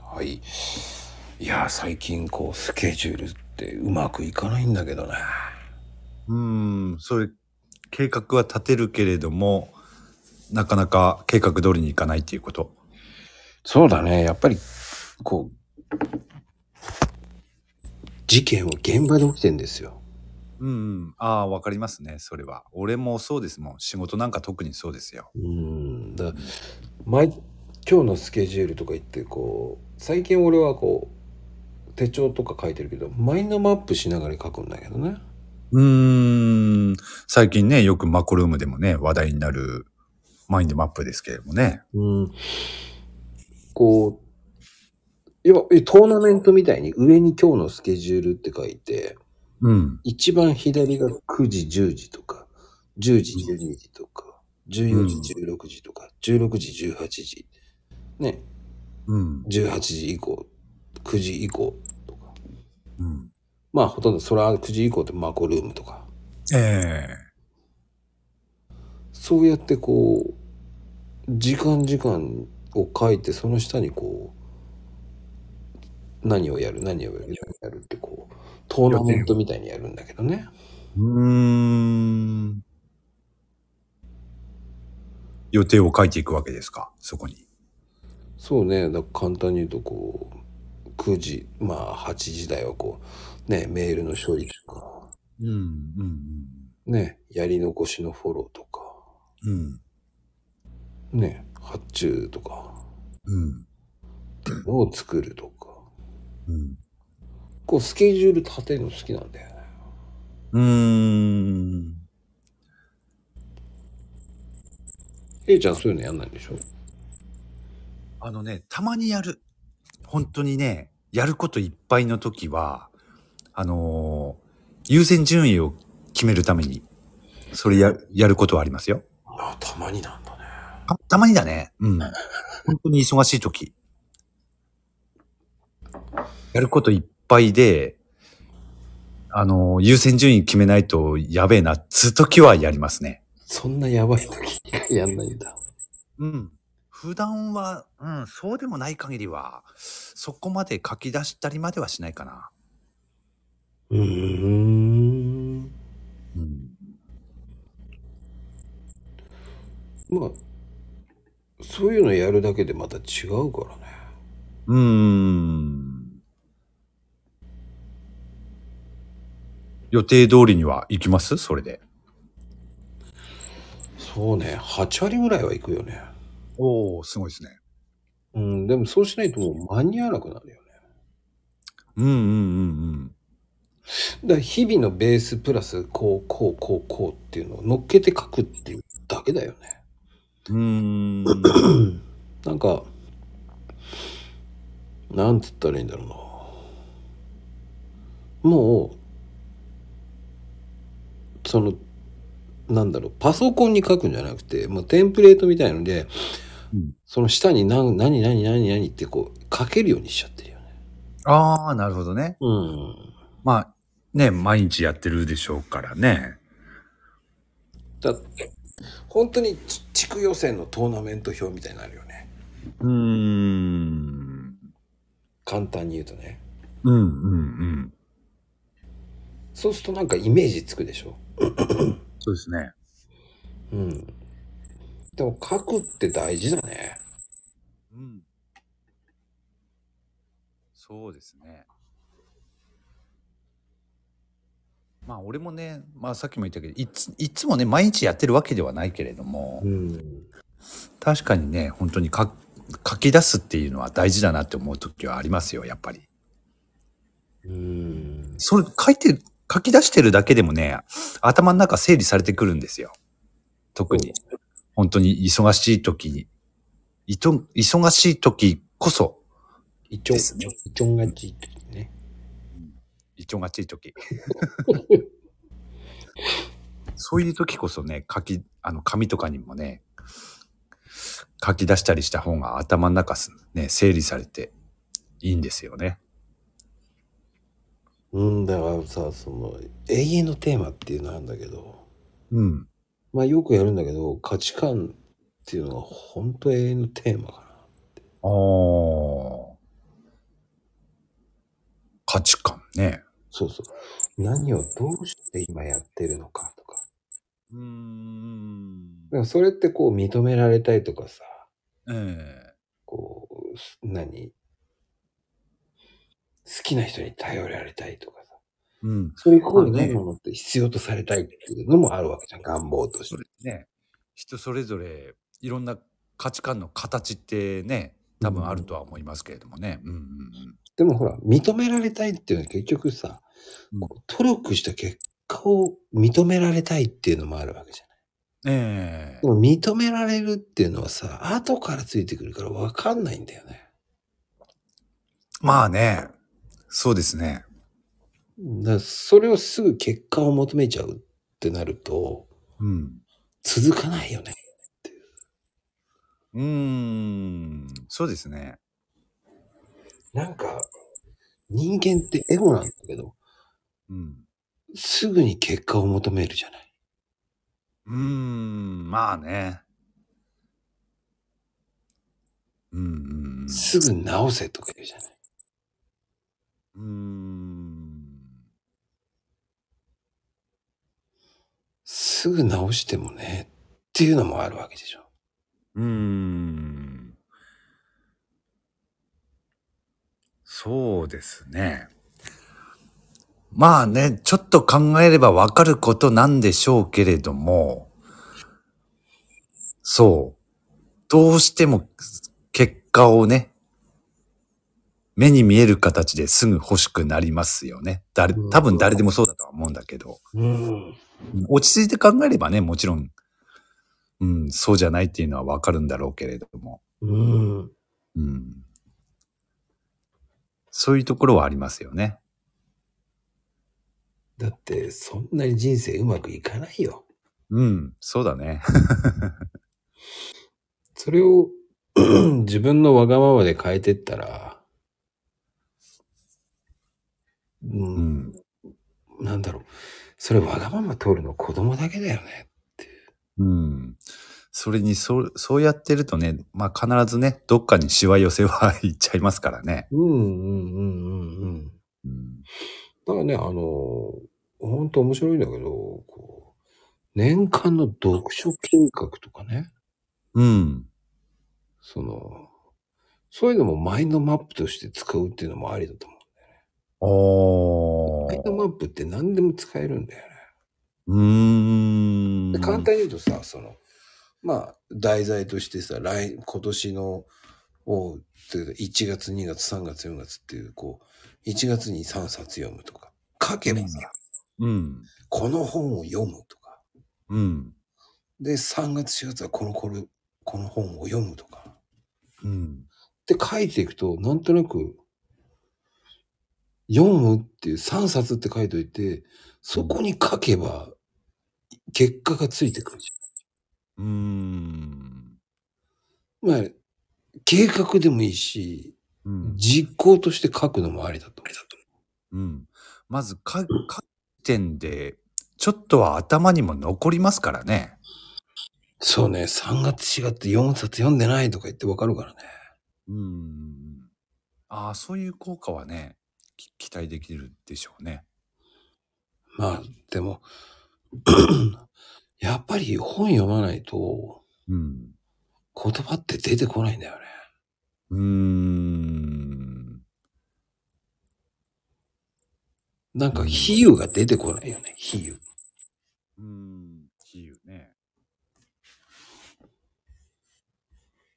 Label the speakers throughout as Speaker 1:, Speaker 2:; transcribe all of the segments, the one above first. Speaker 1: はいいや最近こうスケジュールってうまくいかないんだけどね
Speaker 2: うーん、そういう計画は立てるけれども、なかなか計画通りにいかないっていうこと。
Speaker 1: そうだねやっぱりこう事件は現場で起きてんですよ
Speaker 2: うん、うん、ああ、わかりますね、それは。俺もそうですもん。仕事なんか特にそうですよ。
Speaker 1: うんだ毎今日のスケジュールとか言ってこう最近俺はこう手帳とか書いてるけどマインドマップしながら書くんだけどね
Speaker 2: うーん、最近ね、よくマコルームでもね、話題になるマインドマップですけれどもね。
Speaker 1: うん、こう要はトーナメントみたいに上に今日のスケジュールって書いて
Speaker 2: うん、
Speaker 1: 一番左が9時10時とか10時12時とか14時16時とか16時18時ね
Speaker 2: うん、
Speaker 1: 18時以降9時以降とか
Speaker 2: うん。
Speaker 1: まあほとんどそれは9時以降ってマコルームとか
Speaker 2: ええ
Speaker 1: そうやってこう時間時間を書いてその下にこう何をやる何をやる何をやるってこうトーナメントみたいにやるんだけどね。
Speaker 2: うーん。予定を書いていくわけですか、そこに。
Speaker 1: そうねだから簡単に言うとこう9時まあ8時台はこうねメールの処理とか
Speaker 2: うん、うん、
Speaker 1: ねやり残しのフォローとか
Speaker 2: うん。うん、
Speaker 1: ね発注とか
Speaker 2: うん、
Speaker 1: のを作るとか
Speaker 2: うん。
Speaker 1: こうスケジュール立てるの好きなんだよね。
Speaker 2: うーん。
Speaker 1: A ちゃんそういうのやんないんでしょ
Speaker 2: あのね、たまにやる。本当にね、やることいっぱいの時は、あのー優先順位を決めるために、それや、やることはありますよ。
Speaker 1: あたまになんだね。
Speaker 2: た、たまにだね。うん。本当に忙しい時。やることいっぱいで、あのー優先順位決めないとやべえな、つう時はやりますね。
Speaker 1: そんなやばい時にやんないんだ。
Speaker 2: うん。普段は、うん、そうでもない限りは、そこまで書き出したりまではしないかな。
Speaker 1: うーん。
Speaker 2: うん。
Speaker 1: まあ、そういうのやるだけでまた違うからね。
Speaker 2: うーん。予定通りには行きますそれで。
Speaker 1: そうね、8割ぐらいは行くよね。
Speaker 2: おおすごいですね。
Speaker 1: うん、でもそうしないともう間に合わなくなるよね。
Speaker 2: うんうんうん
Speaker 1: だから日々のベースプラス、こう、こう、こう、こうっていうのを乗っけて書くっていうだけだよね。
Speaker 2: うん。うーん。
Speaker 1: なんか、なんつったらいいんだろうな。もう、その、なんだろう、パソコンに書くんじゃなくて、もうテンプレートみたいので、
Speaker 2: うん
Speaker 1: その下に何、何、何、何、何ってこう、書けるようにしちゃってるよね。
Speaker 2: ああ、なるほどね。
Speaker 1: うん。
Speaker 2: まあ、ね、毎日やってるでしょうからね。
Speaker 1: だ本当にち地区予選のトーナメント表みたいになるよね。
Speaker 2: うーん。
Speaker 1: 簡単に言うとね。
Speaker 2: うんうんうん。
Speaker 1: そうするとなんかイメージつくでしょ。
Speaker 2: そうですね。
Speaker 1: うん。でも書くって大事だね。
Speaker 2: うん。そうですね。まあ俺もね、まあさっきも言ったけど、いついつもね、毎日やってるわけではないけれども、
Speaker 1: ん。
Speaker 2: 確かにね、本当にか書き出すっていうのは大事だなって思う時はありますよ、やっぱり。
Speaker 1: うん。
Speaker 2: それ書いて、書き出してるだけでもね、頭の中整理されてくるんですよ。特に。本当に忙しい時に。いと忙しい時こそ、
Speaker 1: 一丁、
Speaker 2: ですね
Speaker 1: 一丁がちね。
Speaker 2: 一丁がちい 時。そういう時こそね、書き、あの、紙とかにもね、書き出したりした方が頭の中す、ね、整理されていいんですよね。
Speaker 1: うん、だからさ、その、永遠のテーマっていうのなんだけど、
Speaker 2: うん。
Speaker 1: まあよくやるんだけど、価値観っていうのが本当永遠のテーマか
Speaker 2: ああ。ね。
Speaker 1: そうそう。何をどうして今やってるのかとか。
Speaker 2: うーん。
Speaker 1: でもそれってこう認められたいとかさ、
Speaker 2: ええ
Speaker 1: こう、す何好きな人に頼られたいとかさ。
Speaker 2: うん。
Speaker 1: そういう行為ないものって必要とされたいっていうのもあるわけじゃん、願望として
Speaker 2: そ。れね、人それぞれいろんな価値観の形ってね、多分あるとは思いますけれどもね。うんうんうん。
Speaker 1: でもほら、認められたいっていうのは結局さ、
Speaker 2: うん
Speaker 1: こう努力した結果を認められたいっていうのもあるわけじゃない。
Speaker 2: ええ
Speaker 1: でも認められるっていうのはさ、後からついてくるから分かんないんだよね。
Speaker 2: まあね、そうですね。
Speaker 1: だからそれをすぐ結果を求めちゃうってなると、
Speaker 2: うん。
Speaker 1: 続かないよね。
Speaker 2: うーん、そうですね。
Speaker 1: なんか、人間ってエゴなんだけど、
Speaker 2: うん。
Speaker 1: すぐに結果を求めるじゃない。
Speaker 2: うーん、まあね。うんうんうん。
Speaker 1: すぐ直せとか言うじゃない。
Speaker 2: うーん。
Speaker 1: すぐ直してもね、っていうのもあるわけでしょ。
Speaker 2: うーん。そうですね。まあね、ちょっと考えればわかることなんでしょうけれども、そう。どうしても結果をね、目に見える形ですぐ欲しくなりますよね。誰、多分誰でもそうだとは思うんだけど。
Speaker 1: うん。
Speaker 2: 落ち着いて考えればね、もちろん、うん、そうじゃないっていうのはわかるんだろうけれども、
Speaker 1: うん。
Speaker 2: うん。そういうところはありますよね。
Speaker 1: だって、そんなに人生うまくいかないよ。
Speaker 2: うん、そうだね。
Speaker 1: それを 自分のわがままで変えてったら、う、
Speaker 2: うんん。
Speaker 1: なんだろう。それわがまま通るの子供だけだよね。
Speaker 2: うん。それに、そう、そうやってるとね、まあ必ずね、どっかにしわ寄せはいっちゃいますからね。
Speaker 1: うんうんうんうんうん。
Speaker 2: うん。
Speaker 1: だからね、あの、ほんと面白いんだけど、こう、年間の読書計画とかね、
Speaker 2: うん。
Speaker 1: その、そういうのもマインドマップとして使うっていうのもありだと思う。
Speaker 2: お
Speaker 1: マイン
Speaker 2: ー。
Speaker 1: ドマップって何でも使えるんだよね。
Speaker 2: うーん。
Speaker 1: で簡単に言うとさ、その、まあ、題材としてさ、来、今年の、を、というか1月、2月、3月、4月っていう、こう、1月に3冊読むとか、書けばさ、
Speaker 2: うん。
Speaker 1: この本を読むとか、
Speaker 2: うん。
Speaker 1: で、3月、4月はこの、これ、この本を読むとか、
Speaker 2: うん。
Speaker 1: って書いていくと、なんとなく、読むっていう3冊って書いといて、そこに書けば、結果がついてくるじ
Speaker 2: うーん。
Speaker 1: ゃん。まあ、計画でもいいし、
Speaker 2: うん。
Speaker 1: 実行として書くのもありだと思
Speaker 2: うん。まず、か、か点で、ちょっとは頭にも残りますからね。
Speaker 1: う。そうね、3月4月4冊読んでないとか言ってわかるからね。
Speaker 2: うん。ああ、そういう効果はね、き期待できるでしょうね。
Speaker 1: まあ、でも、 やっぱり本読まないと
Speaker 2: うん。
Speaker 1: 言葉って出てこないんだよね。
Speaker 2: うーん。
Speaker 1: なんか比喩が出てこないよね、比喩。
Speaker 2: うん。比喩ね。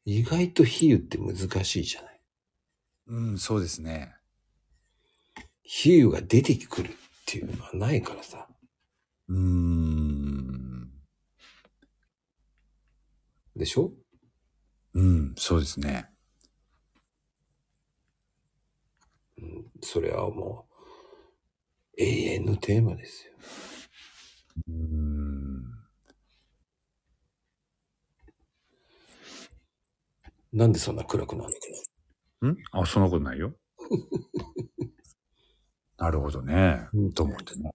Speaker 1: 意外と比喩って難しいじゃない。
Speaker 2: うん、そうですね。
Speaker 1: 比喩が出てくるっていうのはないからさ。
Speaker 2: うーん。
Speaker 1: でしょ
Speaker 2: うん、そうですね。
Speaker 1: それはもう、永遠のテーマですよ。
Speaker 2: うーん。
Speaker 1: なんでそんな暗くなるの
Speaker 2: んあ、そんなことないよ。なるほどね。と思ってね。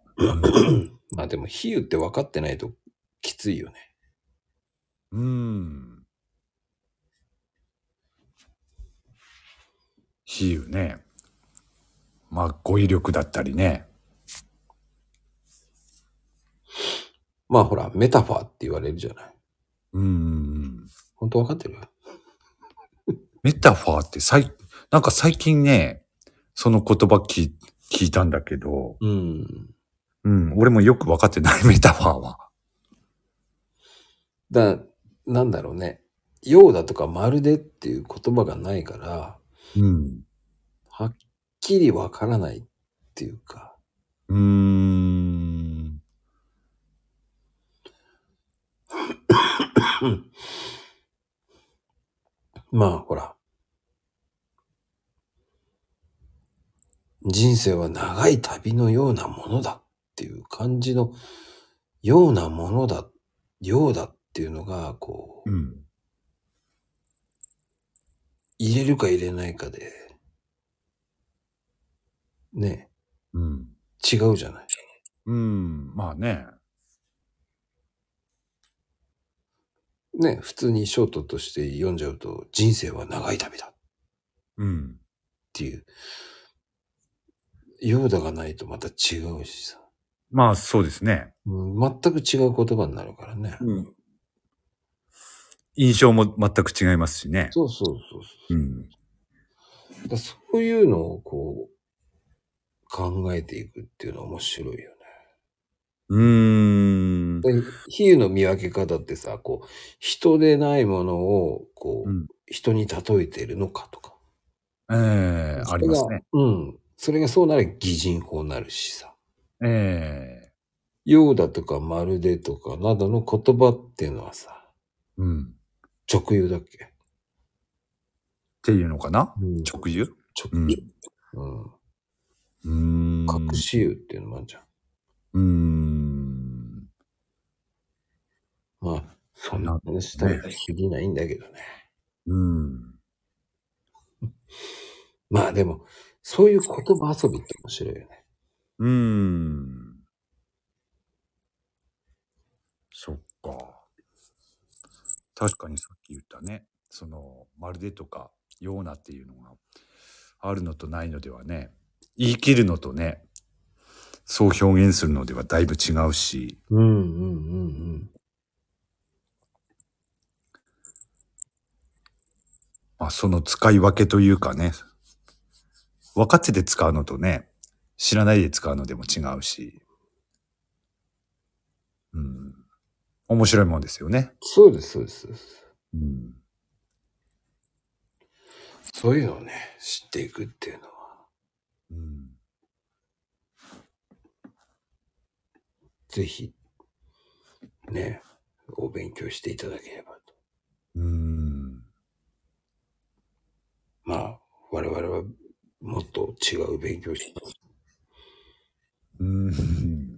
Speaker 1: まあでも比喩って分かってないときついよね。
Speaker 2: うん。比喩ね。まあ、語彙力だったりね。
Speaker 1: まあほら、メタファーって言われるじゃない。
Speaker 2: うんうんうん。
Speaker 1: 本当わかってる
Speaker 2: メタファーってさい、なんか最近ね、その言葉聞い聞いたんだけど、
Speaker 1: うん。
Speaker 2: うん、俺もよくわかってない、メタファーは。
Speaker 1: だ、なんだろうね。ようだとかまるでっていう言葉がないから、
Speaker 2: うん。
Speaker 1: はっきりわからないっていうか、
Speaker 2: うーん。
Speaker 1: まあほら。人生は長い旅のようなものだっていう感じのようなものだ、ようだっていうのが、こう
Speaker 2: う、ん。
Speaker 1: 入れるか入れないかで、ね
Speaker 2: うん。
Speaker 1: え、違うじゃない。
Speaker 2: うん。まあね。
Speaker 1: ね、普通にショートとして読んじゃうと、人生は長い旅だっ
Speaker 2: うん。
Speaker 1: ていう、ようだがないとまた違うしさ。
Speaker 2: まあそうですね。
Speaker 1: うん全く違う言葉になるからね。
Speaker 2: うん。印象も全く違いますしね。
Speaker 1: そうそうそう
Speaker 2: うん。
Speaker 1: そう。だからそういうのをこう、考えていくっていうのは面白いよね。
Speaker 2: うーん。
Speaker 1: で比喩の見分け方ってさ、こう、人でないものを、こう、
Speaker 2: うん
Speaker 1: 人に例えているのかとか。
Speaker 2: ええありますね。
Speaker 1: それが。うん。それがそうなら擬人法になるしさ。
Speaker 2: ええ
Speaker 1: ようだとかまるでとかなどの言葉っていうのはさ、
Speaker 2: うん。
Speaker 1: 直喩だっけ、
Speaker 2: っていうのかな
Speaker 1: うん直
Speaker 2: 直輸
Speaker 1: 喩、うん
Speaker 2: うーん。
Speaker 1: 隠し喩っていうのもあるじゃん。
Speaker 2: うーん。
Speaker 1: まあ、そんな話したら過ぎないんだけどね。
Speaker 2: うん。
Speaker 1: まあでも、そういう言葉遊びって面白いよね。
Speaker 2: うーん。そっか。確かにさっき言ったね、その、まるでとか、ようなっていうのがあるのとないのではね、言い切るのとね、そう表現するのではだいぶ違うし、
Speaker 1: うんうんうん
Speaker 2: まあその使い分けというかね、分かってて使うのとね、知らないで使うのでも違うし、うん。面白いもんですよね。
Speaker 1: そうです、そうです。そうです
Speaker 2: うん。
Speaker 1: そういうのをね、知っていくっていうのは。
Speaker 2: うん。
Speaker 1: ぜひ、ね、お勉強していただければと。
Speaker 2: うん。
Speaker 1: まあ、我々はもっと違う勉強をしてます。
Speaker 2: うん。